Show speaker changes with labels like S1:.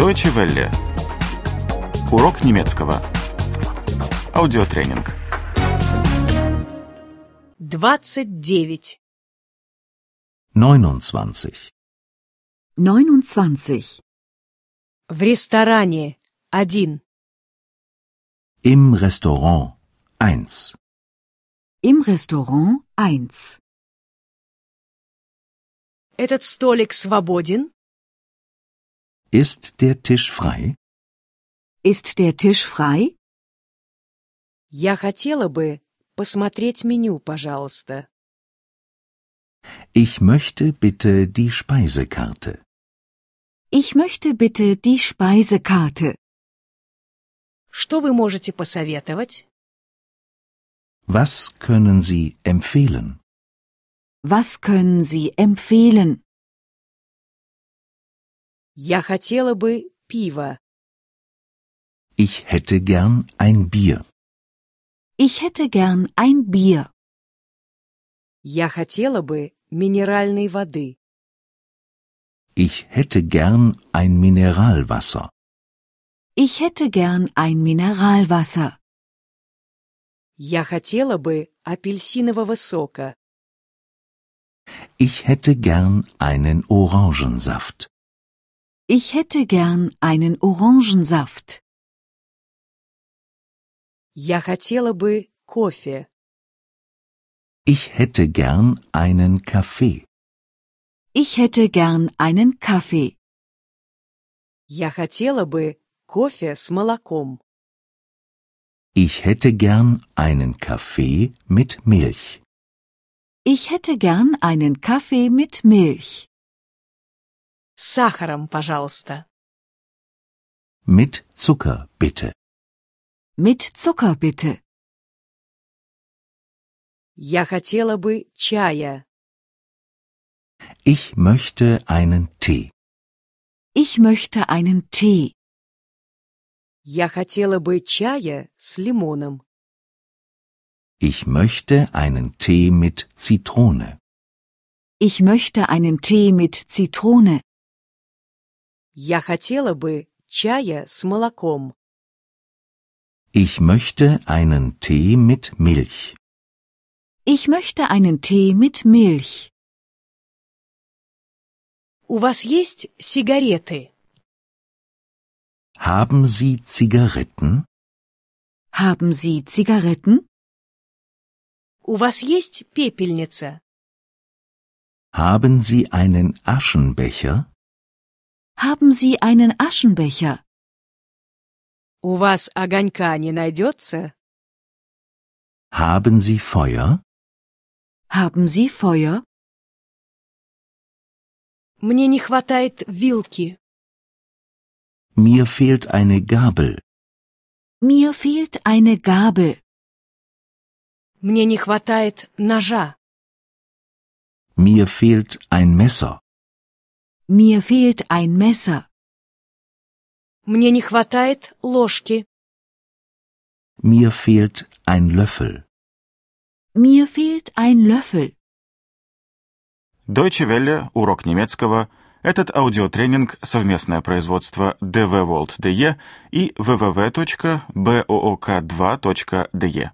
S1: Deutsche Welle. Урок немецкого. Аудиотренинг.
S2: 29.
S3: 29.
S4: 29.
S2: В ресторане. 1.
S3: Im Restaurant 1.
S4: Im Restaurant 1.
S2: Этот столик свободен?
S3: Ist der Tisch frei?
S4: Ist der Tisch frei?
S2: Я хотела бы посмотреть меню, пожалуйста.
S3: Ich möchte bitte die Speisekarte.
S4: Ich möchte bitte die Speisekarte.
S2: Что вы можете посоветовать?
S3: Was können Sie empfehlen?
S4: Was können Sie empfehlen?
S2: Я хотела бы пиво.
S3: Ich hätte gern ein Bier.
S4: Ich hätte gern ein Bier.
S2: Я хотела бы минеральной воды.
S3: Ich hätte gern ein Mineralwasser.
S4: Ich hätte gern ein Mineralwasser.
S2: Я хотела бы апельсинового сока.
S3: Ich hätte gern einen Orangensaft.
S4: Ich hätte gern einen Orangensaft.
S2: Я хотела бы кофе.
S3: Ich hätte gern einen Kaffee.
S4: Ich hätte gern einen Kaffee.
S2: Я хотела бы кофе с молоком.
S3: Ich hätte gern einen Kaffee mit Milch.
S4: Ich hätte gern einen Kaffee mit Milch.
S2: С сахаром, пожалуйста.
S3: Mit Zucker bitte.
S4: Mit Zucker bitte.
S2: Я хотела бы чая.
S3: Ich möchte einen Tee.
S4: Ich möchte einen Tee.
S2: Я хотела бы чая с лимоном.
S3: Ich möchte einen Tee mit Zitrone.
S4: Ich möchte einen Tee mit Zitrone.
S2: Я хотела бы чая с молоком.
S3: Ich möchte einen Tee mit Milch.
S4: Ich möchte einen Tee mit Milch.
S2: У вас есть сигареты?
S3: Haben Sie Zigaretten?
S4: Haben Sie Zigaretten?
S2: У вас есть пепельница?
S3: Haben Sie einen Aschenbecher?
S4: Haben Sie einen Aschenbecher?
S2: У вас огонька не найдется?
S3: Haben Sie Feuer?
S4: Haben Sie Feuer?
S2: Мне не хватает вилки.
S3: Mir fehlt eine Gabel.
S4: Mir fehlt eine Gabel.
S2: Мне не хватает ножа.
S3: Mir fehlt ein Messer.
S4: Mir fehlt ein Messer.
S2: Мне не хватает ложки.
S3: Mir fehlt ein Löffel.
S4: Mir fehlt ein Löffel.
S1: Deutsche Welle. Урок немецкого. Этот аудиотренинг – совместное производство DW World DE и www.book2.de.